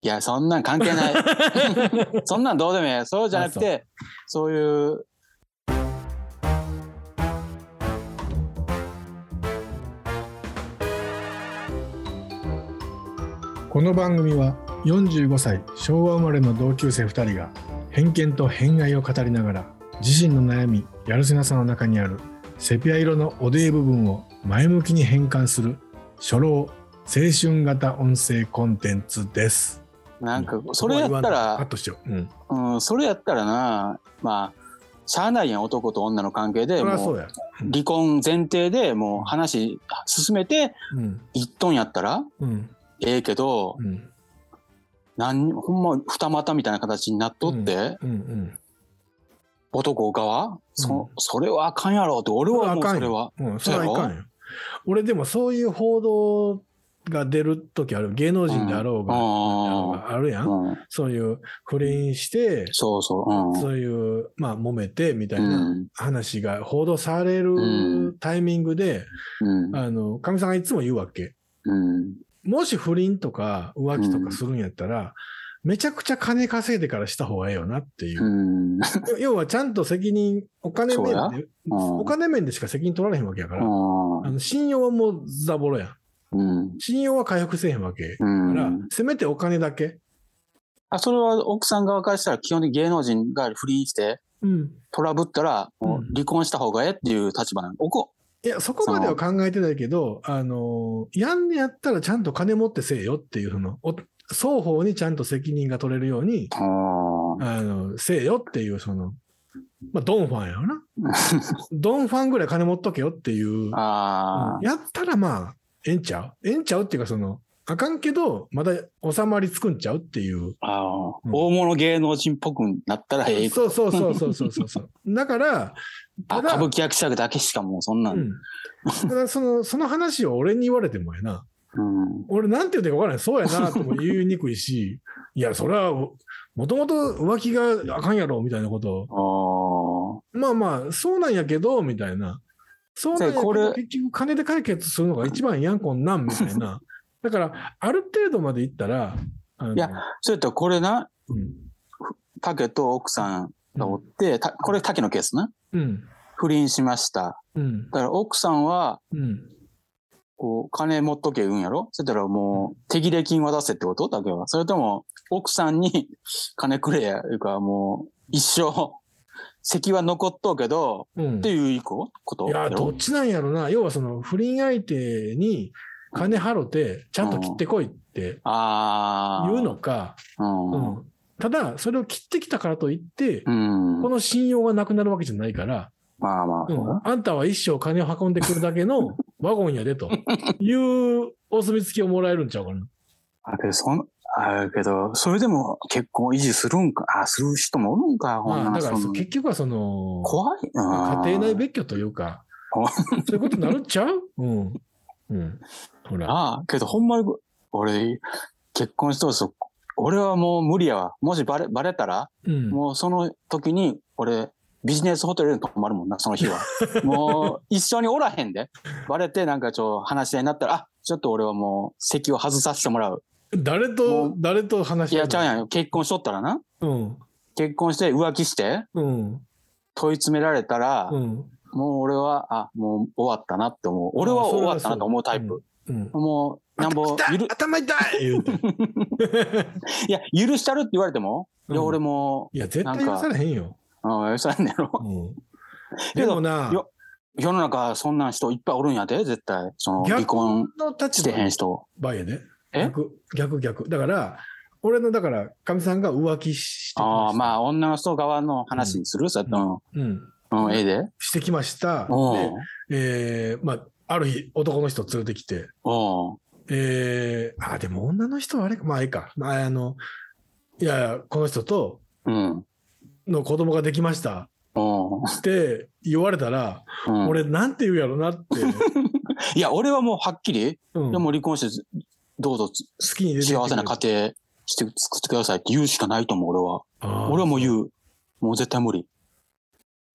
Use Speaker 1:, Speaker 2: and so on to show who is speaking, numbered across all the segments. Speaker 1: いや、そんなん関係 ない。そんなんどうでもいい。そうじゃなくて、そういう。
Speaker 2: この番組は45歳昭和生まれの同級生2人が偏見と偏愛を語りながら自身の悩みやるせなさの中にあるセピア色のおでえ部分を前向きに変換する初老青春型音声コンテンツです。
Speaker 1: なんか、それやった
Speaker 2: カッ
Speaker 1: ら、
Speaker 2: トしよう。うん。
Speaker 1: うん、それやったらな、まあ、しゃあないやん、男と女の関係で、
Speaker 2: そりゃ
Speaker 1: も
Speaker 2: そう
Speaker 1: う
Speaker 2: や。
Speaker 1: 離婚前提でもう話進めて、
Speaker 2: うん。
Speaker 1: 一トンやったら
Speaker 2: うん。
Speaker 1: ええけど、
Speaker 2: うん。
Speaker 1: なんほんま二股みたいな形になっとって、
Speaker 2: うん。うん。
Speaker 1: 男側、そそれはあかんやろって俺はもうそれは
Speaker 2: うん。それはいかんよ。俺でもそういう報道が出る時ある。芸能人であろうが、
Speaker 1: うん
Speaker 2: なんだろうがあるやん。
Speaker 1: うん
Speaker 2: そういう不倫して、
Speaker 1: そうそう
Speaker 2: そういう、まあ、揉めてみたい
Speaker 1: うんう
Speaker 2: なん話が報道され
Speaker 1: う
Speaker 2: るタイミングで、
Speaker 1: うん
Speaker 2: あの、かみさんがいつも言うわけ。
Speaker 1: うん
Speaker 2: もし不倫とか浮気と
Speaker 1: うん
Speaker 2: かするんやったら、めちゃくちゃ金稼いでからした方がええよなっていうう。
Speaker 1: ん
Speaker 2: 要はちゃんと責任、お金面
Speaker 1: そう
Speaker 2: で、
Speaker 1: うん
Speaker 2: お金面でしか責任取られへんわけやから、あの信用はもうザボロやん。
Speaker 1: うん
Speaker 2: 信用は回復せえへんわけ。
Speaker 1: う
Speaker 2: だから
Speaker 1: ん、
Speaker 2: せめてお金だけ。
Speaker 1: あそれは奥さん側からしたら基本的に芸能人が不倫して
Speaker 2: うん。
Speaker 1: トラブったらもう
Speaker 2: うん
Speaker 1: 離婚した方がええっていう立場なの。おこ
Speaker 2: いや、そこまでは考えてないけど、あの、やんねやったらちゃんと金持ってせえよっていう、その、お双方にちゃんと責任が取れるように、あの、せえよっていう、その、まあ、ドンファンやろ な。ドンファンぐらい金持っとけよっていう、
Speaker 1: あ
Speaker 2: うんやったらまあ、ええんちゃうええんちゃうっていうか、その、あかんけど、まだ収まりつくんちゃうっていう。
Speaker 1: ああー
Speaker 2: うん
Speaker 1: 大物芸能人っぽくなったらええ
Speaker 2: そうそうそうそうそうそうそう。 だか
Speaker 1: あ
Speaker 2: ら、ただ
Speaker 1: 歌舞伎役者だけしかもうそんな、
Speaker 2: うんん。ただその、その話を俺に言われてもやな。
Speaker 1: うん
Speaker 2: 俺なんて言うていいか分からない。そうやなとも言いにくいし、いや、それは、もともと浮気があかんやろ、みたいなことを
Speaker 1: あー
Speaker 2: まあまあ、そうなんやけど、みたいな。そうなんやけ
Speaker 1: じゃあこれ
Speaker 2: ど、結局金で解決するのが一番やんこんなん、みた いな。だから、ある程度までいったら、あの
Speaker 1: いや、それとこれな
Speaker 2: うん。
Speaker 1: 竹と奥さんがおって、たこれ竹のケースな
Speaker 2: うん。
Speaker 1: 不倫しました
Speaker 2: うん。
Speaker 1: だから奥さんは
Speaker 2: うん。
Speaker 1: こう金持っとけ言うんやろそしたらもう手切れ金渡せってこと竹はそれとも奥さんに 金くれやいうかもう一生席は残っとうけど
Speaker 2: うん。
Speaker 1: っていうこと
Speaker 2: いや、ど
Speaker 1: ろ
Speaker 2: っちなんやろな。要は、その、不倫相手に金払って、ちゃんと切ってこいって
Speaker 1: ああ
Speaker 2: 言うのか、
Speaker 1: うん
Speaker 2: うんただ、それを切ってきたからといって、
Speaker 1: うん、
Speaker 2: この信用がなくなるわけじゃないから、
Speaker 1: まあまあ、
Speaker 2: うんあんたは一生金を運んでくるだけ のワゴンやでというお墨付きをもらえるんちゃうかな。
Speaker 1: あけどそんあけどそれでも結構維持するんかあする人もおるんかほんな
Speaker 2: まあ、
Speaker 1: ら
Speaker 2: だから
Speaker 1: そ
Speaker 2: そ
Speaker 1: の
Speaker 2: 結局はその、
Speaker 1: 怖い家
Speaker 2: 家庭内別居というか
Speaker 1: あ、
Speaker 2: そういうことになるんちゃううん。うん。ほら。
Speaker 1: ああけどほんまに俺結婚しとるし俺はもう無理やわもしバレバレたら、
Speaker 2: うん。
Speaker 1: もうその時に俺ビジネスホテルに泊まるもんなその日 はもう一緒におらへんでバレてなんかちょっと話し合いになったらあちょっと俺はもう席を外させてもらう
Speaker 2: 誰
Speaker 1: も
Speaker 2: と
Speaker 1: う、
Speaker 2: 誰と話
Speaker 1: いやちゃう
Speaker 2: ん。
Speaker 1: やん結婚しとったらな
Speaker 2: うん。
Speaker 1: 結婚して浮気して
Speaker 2: うん。
Speaker 1: 問い詰められたら、
Speaker 2: うん。
Speaker 1: もう俺は、あ、もう終わったなって思う。俺は終わったなと思うタイプ。
Speaker 2: うん。
Speaker 1: もう、なんぼ、
Speaker 2: 痛
Speaker 1: ゆ
Speaker 2: い
Speaker 1: る、
Speaker 2: 頭痛い言うて。
Speaker 1: いや、許したるって言われても、いや、
Speaker 2: うん
Speaker 1: 俺も
Speaker 2: いや、絶対許されへんよ。
Speaker 1: う、うん、許されんねやろ。
Speaker 2: うん。
Speaker 1: けど
Speaker 2: でもな、
Speaker 1: よ世の中、そんなん人いっぱいおるんやで、絶対。その、離
Speaker 2: 逆の
Speaker 1: 婚し
Speaker 2: 立
Speaker 1: て
Speaker 2: 場
Speaker 1: へん人。
Speaker 2: バイエで。
Speaker 1: え
Speaker 2: 逆、逆、逆。だから、俺の、だから、かみさんが浮気して
Speaker 1: あ
Speaker 2: きま
Speaker 1: あ、
Speaker 2: した。
Speaker 1: まあ、女の人側の話にするさ、
Speaker 2: う
Speaker 1: う
Speaker 2: うん。
Speaker 1: ん、うん、ええで。
Speaker 2: してきました。
Speaker 1: うん
Speaker 2: で、、えー、まあ、ある日、男の人連れてきて、
Speaker 1: うん、
Speaker 2: えー、あー、でも女の人はあれか、まあ、あれか。まあ、あの、いやいや、この人と、
Speaker 1: うん、
Speaker 2: の子供ができました
Speaker 1: うん、
Speaker 2: って言われたら、
Speaker 1: うん。
Speaker 2: 俺、なんて言うやろ なって、
Speaker 1: いや、俺はもうはっきり、
Speaker 2: うん、
Speaker 1: でもう離婚して、どうぞ
Speaker 2: 好きに出てきて
Speaker 1: 幸せな家庭して作ってくださいって言うしかないと思う、俺は。
Speaker 2: あー
Speaker 1: 俺はもう言う。もう絶対無理。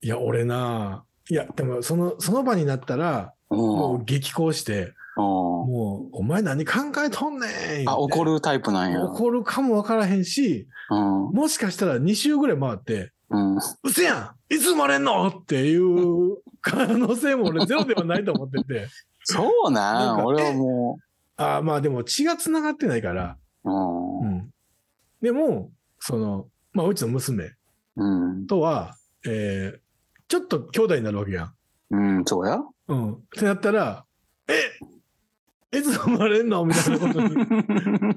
Speaker 2: いや、俺なあ、いや、でもその、その場になったら、
Speaker 1: うん。う
Speaker 2: も
Speaker 1: ん
Speaker 2: う激高して、
Speaker 1: うん
Speaker 2: もう、お前何考えとんねん言うて
Speaker 1: あ、怒るタイプなんや。
Speaker 2: 怒るかもわからへんし、
Speaker 1: うん。
Speaker 2: もしかしたら2周ぐらい回って、
Speaker 1: うん。
Speaker 2: うせやんいつ生まれんのっていう可能性も俺ゼロではないと思ってて。
Speaker 1: そうな
Speaker 2: なん
Speaker 1: ん
Speaker 2: か
Speaker 1: 俺はも
Speaker 2: ああ、まあでも血が繋がってないから。
Speaker 1: う、う
Speaker 2: うん。でも、その、まあうちの娘
Speaker 1: ん。うん。
Speaker 2: とは、えーちょっと兄弟になるわけやん。
Speaker 1: うん、そうや。
Speaker 2: うん。ってなったら、えいつ生まれんのみたいなこ とに。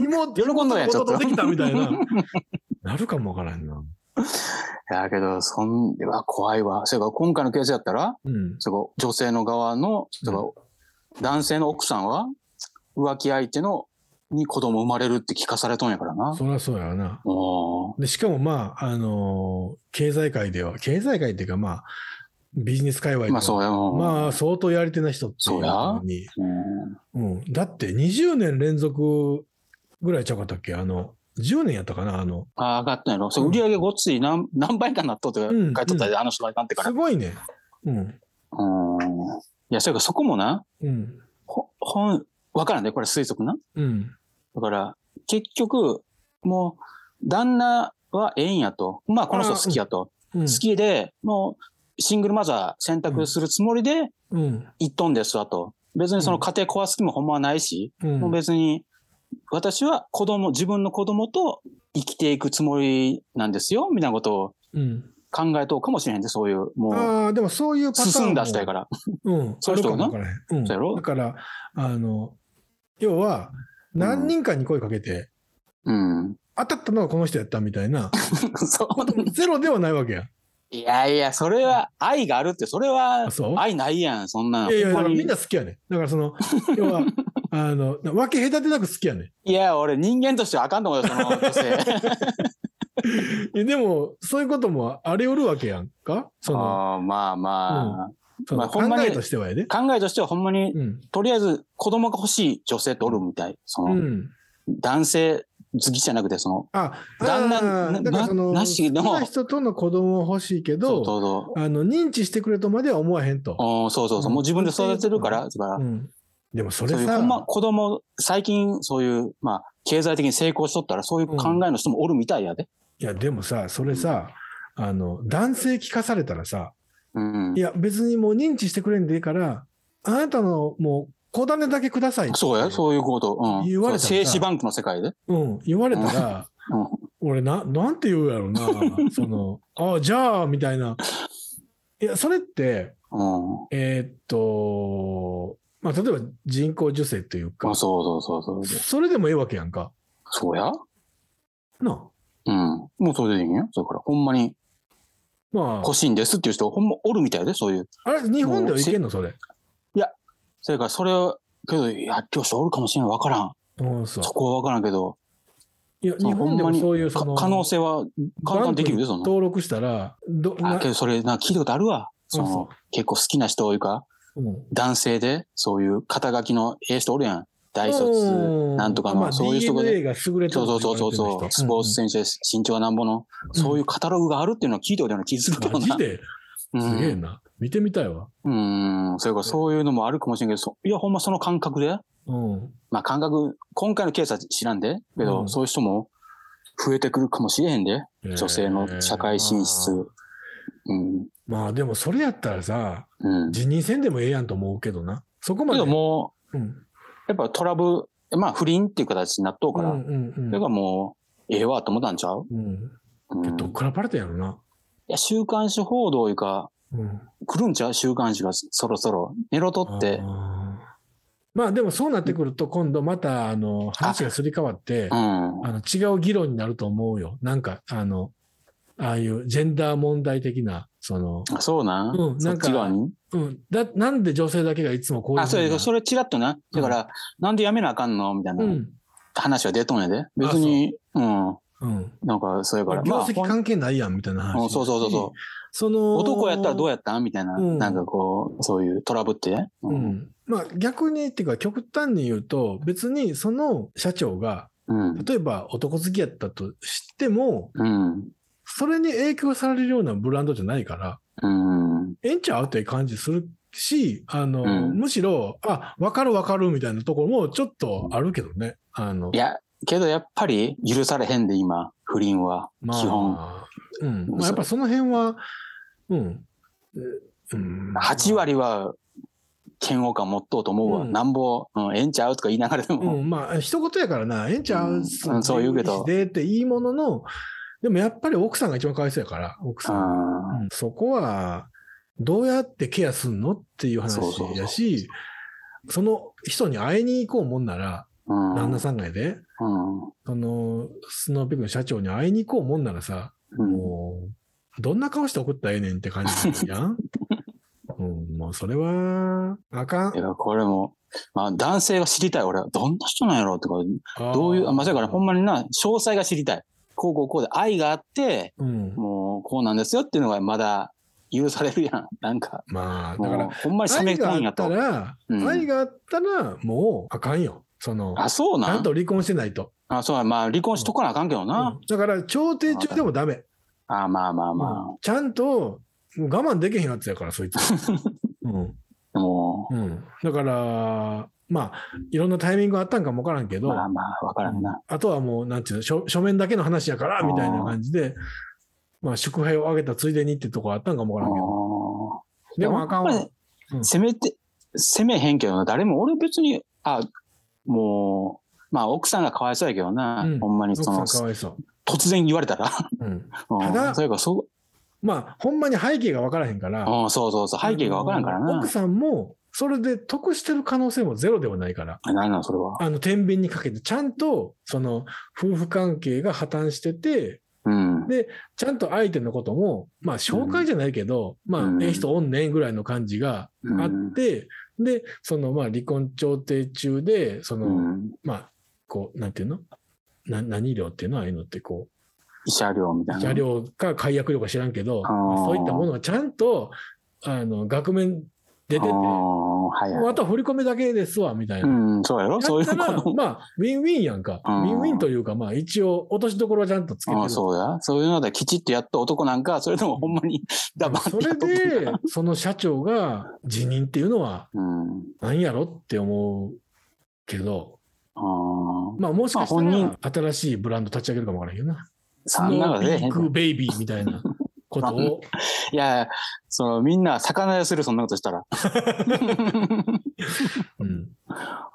Speaker 2: 妹、
Speaker 1: 喜んどんやちょっと
Speaker 2: 弟できたみたいな。なるかもわからんな。
Speaker 1: やけど、そん、うわ、怖いわ。それから今回のケースやったら、
Speaker 2: うん。
Speaker 1: そこ女性の側の、そこ男性の奥さんは、浮気相手の、に子供生まれるって聞かされとんやからな。
Speaker 2: そりゃそうやわな。
Speaker 1: おー
Speaker 2: で、しかもまあ、あのー経済界では、経済界っていうかまあ、ビジネス界隈では
Speaker 1: まあそうや。
Speaker 2: まあ、相当やり手な人っていうのに。
Speaker 1: うん。
Speaker 2: うん。だって20年連続ぐらいちゃうかったっけあの、10年やったかなあの、
Speaker 1: ああ、上がったんやろ。そう売り上げごっつい何何倍かなっとって書いとったで、あの人がいかんってから。
Speaker 2: す
Speaker 1: うん。
Speaker 2: ごいね。うん。
Speaker 1: いや、それからそこもな、
Speaker 2: うん。
Speaker 1: ほ、ほん、わからんね、これ推測な。
Speaker 2: うん。
Speaker 1: だから、結局、もう、旦那はええんやと。まあ、この人好きやと。
Speaker 2: うん。
Speaker 1: 好きで、もう、シングルマザー選択するつもりで
Speaker 2: うん。
Speaker 1: 行っとんですわと。別にその家庭壊す気もほんまはないし、
Speaker 2: うん。
Speaker 1: もう別に、私は子供、自分の子供と生きていくつもりなんですよ、みたいなことを
Speaker 2: うん。
Speaker 1: 考えとうかもしれへんで、そういう、もう、
Speaker 2: ああ、でもそういうパターンも。
Speaker 1: 進んだしたいから。
Speaker 2: うん。
Speaker 1: そういう人がな
Speaker 2: あるかもわからへんうん
Speaker 1: そうやろ
Speaker 2: だから、あの、要は、何人かに声かけて、
Speaker 1: うん。
Speaker 2: 当たったのはこの人やったみたいな、
Speaker 1: そう。
Speaker 2: ゼロではないわけやん。
Speaker 1: いやいや、それは愛があるって、それは
Speaker 2: あ、そう
Speaker 1: 愛ないやん、そんなん。
Speaker 2: いやいや、だ
Speaker 1: ほん
Speaker 2: か
Speaker 1: ま
Speaker 2: ら
Speaker 1: に
Speaker 2: みんな好きやねん。だからその、要は、あの、分け隔てなく好きやねん
Speaker 1: いや、俺人間としてはあかんと思うよ、その女 性。
Speaker 2: え。でも、そういうこともあり得るわけやんかその、
Speaker 1: あーまあま
Speaker 2: その
Speaker 1: まあほん
Speaker 2: 考
Speaker 1: まに
Speaker 2: えとしてはやで。
Speaker 1: あ、考えとしてはほんまに、
Speaker 2: うん。
Speaker 1: とりあえず子供が欲しい女性っておるみたい。そうの、
Speaker 2: ん。
Speaker 1: 男性好きじゃなくて、その、
Speaker 2: あ、
Speaker 1: 旦那
Speaker 2: あー
Speaker 1: な
Speaker 2: だからその、
Speaker 1: ななしの
Speaker 2: 好きな人との子供欲しいけ
Speaker 1: そう
Speaker 2: ど、
Speaker 1: そうそう。
Speaker 2: あの、認知してくれとまでは思わへんと。
Speaker 1: おーそうそうそう、
Speaker 2: うん
Speaker 1: もう自分で育てるから、だから、
Speaker 2: うん。でもそれ
Speaker 1: そういう、
Speaker 2: さ、
Speaker 1: ほんま子供、最近そういう、まあ、経済的に成功しとったら、そういう考えの人もおるみたいやで。
Speaker 2: いや、でもさ、それさ、あの、男性聞かされたらさ、
Speaker 1: うん
Speaker 2: い。や、別にもう認知してくれんでいいから、あなたのもう、小種だけくださいって
Speaker 1: そうや、そういうこと。うん。
Speaker 2: 言われたらさ
Speaker 1: そう精子バンクの世界で。
Speaker 2: うん、言われたら、
Speaker 1: うん。
Speaker 2: 俺な、なんて言うやろな、そ の、ああ、じゃあ、みたいな。いや、それって、
Speaker 1: うん。
Speaker 2: えーっと、まあ、例えば人工授精という
Speaker 1: ま
Speaker 2: か
Speaker 1: あ、、そうそうそうそう。
Speaker 2: それでもええわけやんか。
Speaker 1: そうや。
Speaker 2: なあ
Speaker 1: うん。もうそれでいいんや。それから、ほんまに
Speaker 2: ま
Speaker 1: 欲しいんですっていう人、ほんまおるみたいで、そういう。
Speaker 2: あ、あれ、日本ではいけんの、それ。
Speaker 1: それから、それを、けど、薬局者おるかもしれない。わからん。
Speaker 2: うん、そう
Speaker 1: そこはわからんけど、
Speaker 2: いや、
Speaker 1: そう
Speaker 2: 日本でもそういう、
Speaker 1: か
Speaker 2: その、
Speaker 1: 可能性は簡単にできるで、その。
Speaker 2: 登録したら、ど、
Speaker 1: あ、けど、それ、なんか聞いたことあるわ。そ
Speaker 2: あ
Speaker 1: の
Speaker 2: そ、
Speaker 1: 結構好きな人多いか、
Speaker 2: ううん
Speaker 1: 男性で、そういう肩書きのええ人おるやん。大卒。
Speaker 2: うん
Speaker 1: なんとかの
Speaker 2: まあ、
Speaker 1: そういう人がね
Speaker 2: DNA が優れて
Speaker 1: そ
Speaker 2: る
Speaker 1: う
Speaker 2: と
Speaker 1: そうそうそう
Speaker 2: 言われて
Speaker 1: そ
Speaker 2: る
Speaker 1: う。スポーツ
Speaker 2: 人
Speaker 1: 選手で身長がなんぼの、そういうカタログがあるっていうのは聞いたことあるような気するけ
Speaker 2: うん
Speaker 1: ど
Speaker 2: マジ
Speaker 1: な。
Speaker 2: で
Speaker 1: う
Speaker 2: す
Speaker 1: ん
Speaker 2: げえな。見てみたいわ。
Speaker 1: うん、それからそういうのもあるかもしれんけど、そいや、ほんまその感覚で、
Speaker 2: うん。
Speaker 1: まあ感覚、今回のケースは知らんで、けど、
Speaker 2: うん
Speaker 1: そういう人も増えてくるかもしれへんで、女性の社会進
Speaker 2: え
Speaker 1: 出
Speaker 2: ー。
Speaker 1: うん、
Speaker 2: まあ、まあでもそれやったらさ、
Speaker 1: うん。け
Speaker 2: 辞任せんでもええやんと思うけどな。そこまで。
Speaker 1: ども
Speaker 2: うん。
Speaker 1: う、やっぱトラブル、まあ不倫っていう形になっとう
Speaker 2: う
Speaker 1: から、
Speaker 2: んうんうん
Speaker 1: それがもう、ええわと思ったんちゃう、
Speaker 2: うん。
Speaker 1: うん、い
Speaker 2: どっからバレたんやろな。
Speaker 1: や週刊誌報道いうか、
Speaker 2: うん。
Speaker 1: 来るんちゃう週刊誌がそろそろ、寝ろとって、
Speaker 2: あー。まあでもそうなってくると今度またあの話がすり替わっ
Speaker 1: う、
Speaker 2: て
Speaker 1: ん。
Speaker 2: あの違う議論になると思うよ。なんか、あの、ああいうジェンダー問題的な、その、
Speaker 1: あそうなん、
Speaker 2: うん
Speaker 1: そ
Speaker 2: な
Speaker 1: っ
Speaker 2: んか
Speaker 1: ち側に
Speaker 2: うん、だなんで女性だけがいつもこういう
Speaker 1: あ、そう
Speaker 2: ふう
Speaker 1: や、
Speaker 2: な
Speaker 1: それチラッとな。だから、なんでやめなあかんのみたいな
Speaker 2: うん、
Speaker 1: 話は出とんやで。別に、うん。
Speaker 2: うん。
Speaker 1: なんか、それから、
Speaker 2: 業
Speaker 1: まあ、
Speaker 2: 績関係ないやんみたいな
Speaker 1: ほんう
Speaker 2: 話。
Speaker 1: んそうそうそうそう。
Speaker 2: その、
Speaker 1: 男やったらどうやったんみたいな、
Speaker 2: うん
Speaker 1: なんかこう、そういうトラブって。う。
Speaker 2: うんん。まあ逆にっていうか極端に言うと、別にその社長が、
Speaker 1: うん。
Speaker 2: 例えば男好きやったとしても、
Speaker 1: うん。
Speaker 2: それに影響されるようなブランドじゃないから、
Speaker 1: うん。
Speaker 2: ええんちゃうって感じするし、あの、
Speaker 1: うん
Speaker 2: むしろ、あ、わかるわかるみたいなところもちょっとあるけどね。あの、
Speaker 1: いや、けどやっぱり許されへんで、今、不倫は。
Speaker 2: まあ、
Speaker 1: 基本。
Speaker 2: うん。まあ、やっぱその辺は、うん。うん、
Speaker 1: 8割は嫌悪感持っとうと思うわ。
Speaker 2: うん
Speaker 1: なんぼ、うん、ええんちゃうとか言いながらでも、
Speaker 2: うん、まあ、一言やからな、ええんちゃう
Speaker 1: うんうんそう言うけど
Speaker 2: でっていいものの、でもやっぱり奥さんが一番かわいそうやから、奥さん。
Speaker 1: うん
Speaker 2: うんそこは、どうやってケアすんのっていう話
Speaker 1: そうそうそう
Speaker 2: やし、その人に会いに行こうもんなら、
Speaker 1: うん。
Speaker 2: 旦那さんがやで、
Speaker 1: うん。
Speaker 2: その、スノーピークの社長に会いに行こうもんならさ、
Speaker 1: うん。
Speaker 2: もう、どんな顔して送ったらええねんって感じ やん。うん、もうそれは、あかん
Speaker 1: い。や、これも、まあ男性が知りたい、俺は。どんな人なんやろうとか、どういう、あ、まあ、だからほんまにな、詳細が知りたい。こうこうこうで愛があって、
Speaker 2: うん。
Speaker 1: もうこうなんですよっていうのがまだ許されるやん。 なんか、
Speaker 2: まあ、だから
Speaker 1: もう、ほんまに冷め
Speaker 2: 愛が
Speaker 1: 込ん
Speaker 2: あ
Speaker 1: や
Speaker 2: った
Speaker 1: と。
Speaker 2: ら、
Speaker 1: うん
Speaker 2: 愛があったら、もうあかんよ。その、
Speaker 1: あ、そう
Speaker 2: ちゃ
Speaker 1: なんん
Speaker 2: と離婚してないと。
Speaker 1: あ、そうなんまあ離婚しとかなあかんけど
Speaker 2: う
Speaker 1: な。
Speaker 2: んだから、調停中でもダメ。
Speaker 1: あ、まあまあ
Speaker 2: う
Speaker 1: ま
Speaker 2: んちゃんと、もう我慢できへんやつやから、そいつ。 うん。
Speaker 1: あ。も
Speaker 2: うん。だから、まあ、いろんなタイミングがあったんかもわからんけ
Speaker 1: う、
Speaker 2: ど、
Speaker 1: まあまあ、わからんな。
Speaker 2: あとはもう、なんていうの、書書面だけの話やから、みたいな感じで、まあ、祝杯をあげたついでにってとこあったんかもわ
Speaker 1: あ
Speaker 2: からんけど、
Speaker 1: ー
Speaker 2: でもあかんわ。うん
Speaker 1: せめて、せめへんけどな。誰も、俺別に、あ、もう、まあ奥さんがかわいそうやけどな。
Speaker 2: うん
Speaker 1: ほんまにそ
Speaker 2: 奥さん
Speaker 1: の、
Speaker 2: かわいそう。
Speaker 1: 突然言われたら。
Speaker 2: うん。
Speaker 1: うん
Speaker 2: た だ
Speaker 1: そういうか、そう、
Speaker 2: まあ、ほんまに背景がわからへんから、
Speaker 1: うん、そうそうそう、背景がわからんから
Speaker 2: あの
Speaker 1: な
Speaker 2: 奥。さんも、それで得してる可能性もゼロではないから、
Speaker 1: あなんなん、それは。
Speaker 2: あの、天秤にかけて、ちゃんと、その、夫婦関係が破綻してて、
Speaker 1: うん。
Speaker 2: でちゃんと相手のことも、まあ、紹介じゃないけど、まあ
Speaker 1: う、ん
Speaker 2: ええ人おんねんぐらいの感じが
Speaker 1: うん
Speaker 2: あって、で、その、まあ、離婚調停中で、そうの、
Speaker 1: ん。
Speaker 2: まあ、こう、なんていうのな何料っていうのああいうのって、こ、
Speaker 1: 慰謝料みたいうな。
Speaker 2: 車両か解約料か知らんけど、
Speaker 1: あー
Speaker 2: そういったものがちゃんと、あの、額面出てて、
Speaker 1: あーはい
Speaker 2: もう
Speaker 1: は
Speaker 2: あ
Speaker 1: い。
Speaker 2: とは振り込みだけですわ、みたいな。
Speaker 1: うん、そうやろそうい
Speaker 2: や
Speaker 1: う
Speaker 2: ったら
Speaker 1: こと。
Speaker 2: まあ、ウィンウィンやんか。ウ
Speaker 1: うん
Speaker 2: ィンウィンというか、まあ、一応、落としどころはちゃんとつけて
Speaker 1: あ
Speaker 2: る。
Speaker 1: ーそうや。そういうのできちっとやった男なんか、それともほんまに黙って
Speaker 2: それで、その社長が辞任っていうのは
Speaker 1: うん。
Speaker 2: 何やろって思うけど、
Speaker 1: あー
Speaker 2: まあ、もしかした
Speaker 1: まあ
Speaker 2: ら
Speaker 1: 本、
Speaker 2: 新しいブランド立ち上げるかもわからんけどな。
Speaker 1: そんなの
Speaker 2: スノ
Speaker 1: で
Speaker 2: ーピークベイビーみたいなことを、
Speaker 1: いや、そのみんな魚屋する、そんなことしたら。
Speaker 2: うん。だ
Speaker 1: ああ。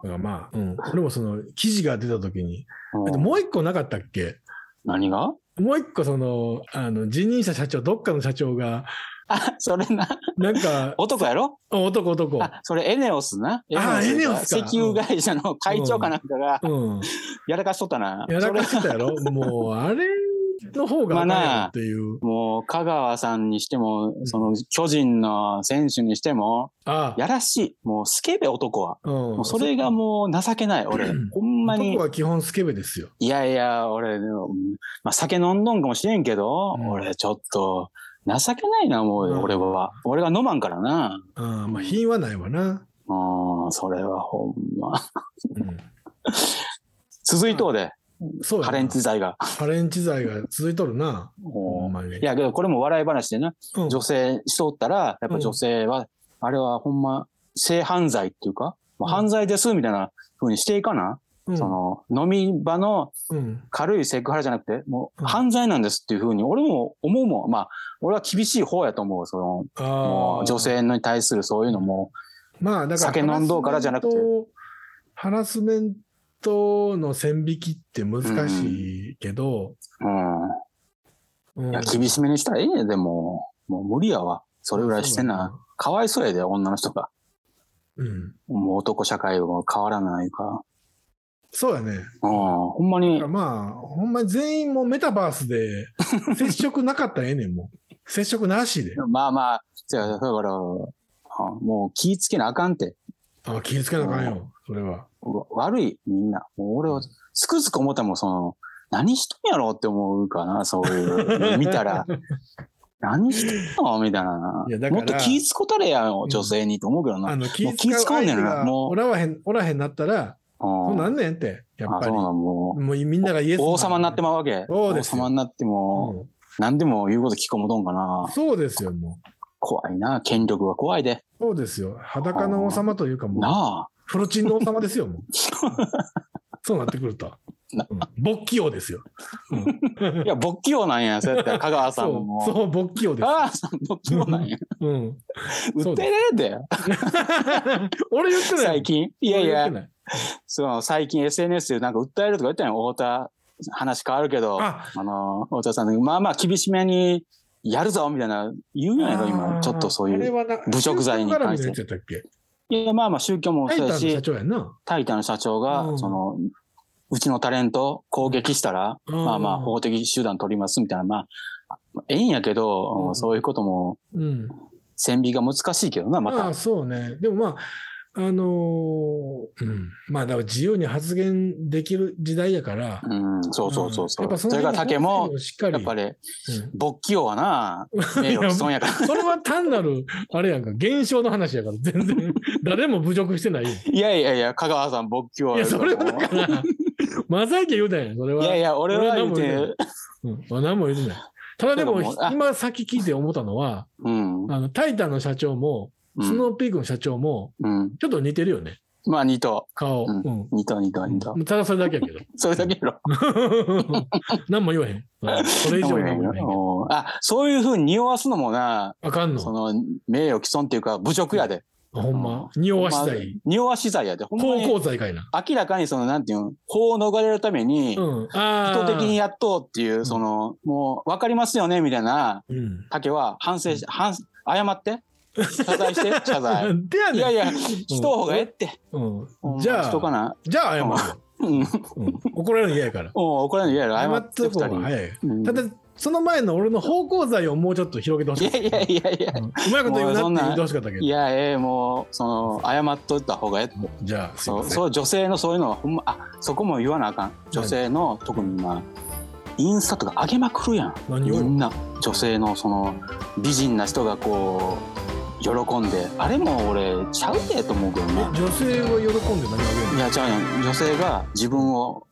Speaker 2: からまあ、うん。俺もその、記事が出た時に、
Speaker 1: う
Speaker 2: あ
Speaker 1: ん
Speaker 2: ともう一個なかったっけ
Speaker 1: 何が
Speaker 2: もう一個その、あの、辞任した社長、どっかの社長が、
Speaker 1: あ、それな。
Speaker 2: なん か、
Speaker 1: 男やろ
Speaker 2: 男男。
Speaker 1: あ、それエネオスな。
Speaker 2: あーエネオスか
Speaker 1: 石油会社の会長かなんかが、
Speaker 2: うん。
Speaker 1: やらかしとったな。
Speaker 2: やらかしてたやろもう、あれの方があかんやろ
Speaker 1: まあな
Speaker 2: っていう。
Speaker 1: もう香川さんにしても
Speaker 2: ん、
Speaker 1: その巨人の選手にしても、
Speaker 2: ああ
Speaker 1: やらしい。もうスケベ男は。
Speaker 2: うん。
Speaker 1: もうそれがもう情けない、俺
Speaker 2: うん。
Speaker 1: ほんま
Speaker 2: 男
Speaker 1: に。
Speaker 2: は基本スケベですよ。
Speaker 1: いやいや、俺、うんまあ、酒飲んどんかもしれんけど、
Speaker 2: うん
Speaker 1: 俺ちょっと、情けないな、思う
Speaker 2: う
Speaker 1: よ、
Speaker 2: ん
Speaker 1: 俺は。俺が飲まんからな。
Speaker 2: うん。まあ、品はないわな。
Speaker 1: うん、それはほんま。
Speaker 2: うん。
Speaker 1: 続いとうで、
Speaker 2: そうやな
Speaker 1: ハレンチ罪が。
Speaker 2: ハレンチ罪が続いとるな。ほんまに。
Speaker 1: いや、けどこれも笑い話でな、
Speaker 2: うん、
Speaker 1: 女性しとったら、やっぱ女性は、あれはほんま、性犯罪っていうか、もう犯罪ですみたいな風にしていかな、
Speaker 2: うん、
Speaker 1: その、飲み場の
Speaker 2: うん。
Speaker 1: 軽いセクハラじゃなくて、もう
Speaker 2: うん
Speaker 1: 犯罪なんですっていう風に、俺も思うもん。まあ、俺は厳しい方やと思う。その、
Speaker 2: あ
Speaker 1: も
Speaker 2: あ
Speaker 1: う女。性に対するそういうのも、
Speaker 2: まあ、だから、
Speaker 1: 酒飲んどうからじゃなくて
Speaker 2: ハラスメントの線引きって難しいけど、
Speaker 1: うん。
Speaker 2: うん
Speaker 1: いや、厳しめにしたらええねでも、もう無理やわ。それぐらいしてな。。かわいそうやで、女の人が。
Speaker 2: うん。
Speaker 1: もう男社会は変わらないか。
Speaker 2: そうやね。
Speaker 1: うん、ほんまに、
Speaker 2: まあ、ほんまに全員もうメタバースで、 接触なかったらええねん、もう。接触なしで。
Speaker 1: まあまあ、じゃあ、だから、あもう気ぃつけなあかんて。
Speaker 2: あ気ぃつけなあかんよ、それは。
Speaker 1: わ悪い、みんな。もう俺は、つくづく思ったもん、その、何しとんやろって思うかな、そういう。見た ら、何しとんのみたいな。
Speaker 2: いやだから
Speaker 1: もっと気ぃつこたれやよ、女性にと思うけどな。
Speaker 2: あ
Speaker 1: うん、
Speaker 2: の、気
Speaker 1: も
Speaker 2: ぃ
Speaker 1: う
Speaker 2: 使
Speaker 1: 気
Speaker 2: う
Speaker 1: ぃ使う
Speaker 2: 相
Speaker 1: んね
Speaker 2: 手
Speaker 1: んな
Speaker 2: が
Speaker 1: もう
Speaker 2: おらへん、おらへんなったら、そうなんねんって、やっ
Speaker 1: あ、
Speaker 2: ぱ
Speaker 1: そう
Speaker 2: り。
Speaker 1: なん、もう。
Speaker 2: もうみんながイエスマン。
Speaker 1: 王様になってまうわけ。
Speaker 2: そう
Speaker 1: 王
Speaker 2: ですよ
Speaker 1: 様になっても、
Speaker 2: うん
Speaker 1: 何でも言うこと聞こもとんかな。
Speaker 2: そうですよ、も
Speaker 1: 怖いな。権力は怖いで。
Speaker 2: そうですよ。裸の王様というかもう、
Speaker 1: なあ。
Speaker 2: プロチンの王様です よ、もう。そうなってくると。うん勃起王ですよ。
Speaker 1: いや、勃起王なんや。そうやって、香川さん
Speaker 2: そ
Speaker 1: も。
Speaker 2: う、そう、勃起王です
Speaker 1: 香。川さん、勃起王なんや。
Speaker 2: うん。そ
Speaker 1: 訴
Speaker 2: うで
Speaker 1: え
Speaker 2: す
Speaker 1: られたよ。
Speaker 2: 俺言ってない。
Speaker 1: 最近。いやい
Speaker 2: 俺言っ
Speaker 1: や
Speaker 2: て、ない。
Speaker 1: そう、最近 SNS でなんか訴えるとか言ったんや。太田、話変わるけど、あ
Speaker 2: あ、
Speaker 1: の、太田さん、まあまあ厳しめにやるぞみたいな言うんやろ、今。ちょっとそう
Speaker 2: あ
Speaker 1: い
Speaker 2: れ
Speaker 1: う。
Speaker 2: はな
Speaker 1: 侮辱罪に関して
Speaker 2: 宗教絡みのやつやったっけ
Speaker 1: いや、まあまあ宗教も
Speaker 2: タイ
Speaker 1: そう
Speaker 2: タン
Speaker 1: や
Speaker 2: の
Speaker 1: し
Speaker 2: 社、長やんな。
Speaker 1: タイタンの社長が、
Speaker 2: うん
Speaker 1: その、うちのタレント攻撃したら、
Speaker 2: うん
Speaker 1: まあまあ法的手段取りますみたいな、まあ、ええんやけど、
Speaker 2: うん
Speaker 1: うんそういうことも
Speaker 2: うん。
Speaker 1: 線引きが難しいけどな、ま
Speaker 2: ま
Speaker 1: た
Speaker 2: あ。そうね。でもまあ、あのーうん、まあだから自由に発言できる時代やから。
Speaker 1: うん、そうそうそうそう。
Speaker 2: んやっぱ
Speaker 1: そ
Speaker 2: の
Speaker 1: れ
Speaker 2: 辺
Speaker 1: から竹も
Speaker 2: の、法整備をしっかり
Speaker 1: やっぱり、
Speaker 2: うん
Speaker 1: 勃起王は な、名誉毀損やから。
Speaker 2: それは単なる、あれやんか、現象の話やから、全然、誰も侮辱してないよ。
Speaker 1: いやいやいや、香川さん勃起王
Speaker 2: い
Speaker 1: や
Speaker 2: や、
Speaker 1: か
Speaker 2: そ
Speaker 1: ら
Speaker 2: れはだから、マザイケ言うたんやん、それは。
Speaker 1: いやいや、俺は
Speaker 2: 俺は
Speaker 1: 言う
Speaker 2: 何も言う
Speaker 1: て、
Speaker 2: うん、まあ何も言うてない。ただでも、
Speaker 1: でもあ
Speaker 2: 今さっき聞いて思ったのは、
Speaker 1: うん。うん
Speaker 2: あの、タイタンの社長も、スノーピークの社長も、
Speaker 1: うん。
Speaker 2: ちょっと似てるよね、
Speaker 1: まあ、二頭。
Speaker 2: 顔。
Speaker 1: う
Speaker 2: うんん。
Speaker 1: 二頭、二頭、二頭。
Speaker 2: ただそれだけやけど。
Speaker 1: それだけやろ。
Speaker 2: 何も言わへん。うんそれ以上は何も言わへんけど。
Speaker 1: うんあ、そういうふうに匂わすのもな、
Speaker 2: あかん
Speaker 1: そ
Speaker 2: の。
Speaker 1: の、名誉毀損っていうか、侮辱やで。
Speaker 2: ほんま。匂わし罪。
Speaker 1: ほんま匂わし罪やで。ほんま
Speaker 2: 高
Speaker 1: に
Speaker 2: 校罪かいな。
Speaker 1: 明らかにその、なんていうの、法を逃れるために、
Speaker 2: う
Speaker 1: 意
Speaker 2: ん。ああ。
Speaker 1: 図的にやっとうっていう、
Speaker 2: ん
Speaker 1: その、もう、わかりますよね、みたいな、
Speaker 2: うん。
Speaker 1: 竹は反省し、反、謝って、謝罪して、謝罪。
Speaker 2: でやねん
Speaker 1: いやいや、しとう方がええって。
Speaker 2: う
Speaker 1: ほん
Speaker 2: ん。
Speaker 1: ま
Speaker 2: じゃ
Speaker 1: し
Speaker 2: あ
Speaker 1: と、かな。
Speaker 2: じゃあ謝るわ
Speaker 1: うん。
Speaker 2: うん怒られるの嫌やから。
Speaker 1: おう怒らないでや
Speaker 2: 謝
Speaker 1: ろ、謝
Speaker 2: っ
Speaker 1: って
Speaker 2: と
Speaker 1: 二
Speaker 2: く方が
Speaker 1: 人。
Speaker 2: 早い。
Speaker 1: うん
Speaker 2: ただ、その前の俺の方向罪をもうちょっと広げてほし
Speaker 1: いやい
Speaker 2: い。
Speaker 1: やいやいや
Speaker 2: う。んうまいこと言うなって言ってほしかったけど
Speaker 1: い。や、ええ、もう、その、謝っといた方がええって。
Speaker 2: じゃあ、すい
Speaker 1: そ
Speaker 2: ま
Speaker 1: う、
Speaker 2: せん
Speaker 1: そう、女性のそういうのは、ほんま、あ、そこも言わなあかん。女性の、特に今、インスタとか上げまくるやん。
Speaker 2: 何を
Speaker 1: み
Speaker 2: よ
Speaker 1: んな、女性の、その、美人な人がこう、喜んで、あれも俺、ちゃうでと思うけど
Speaker 2: え
Speaker 1: な。
Speaker 2: 女性は喜んで何をあげるの
Speaker 1: いや、ちゃうやん。女性が自分を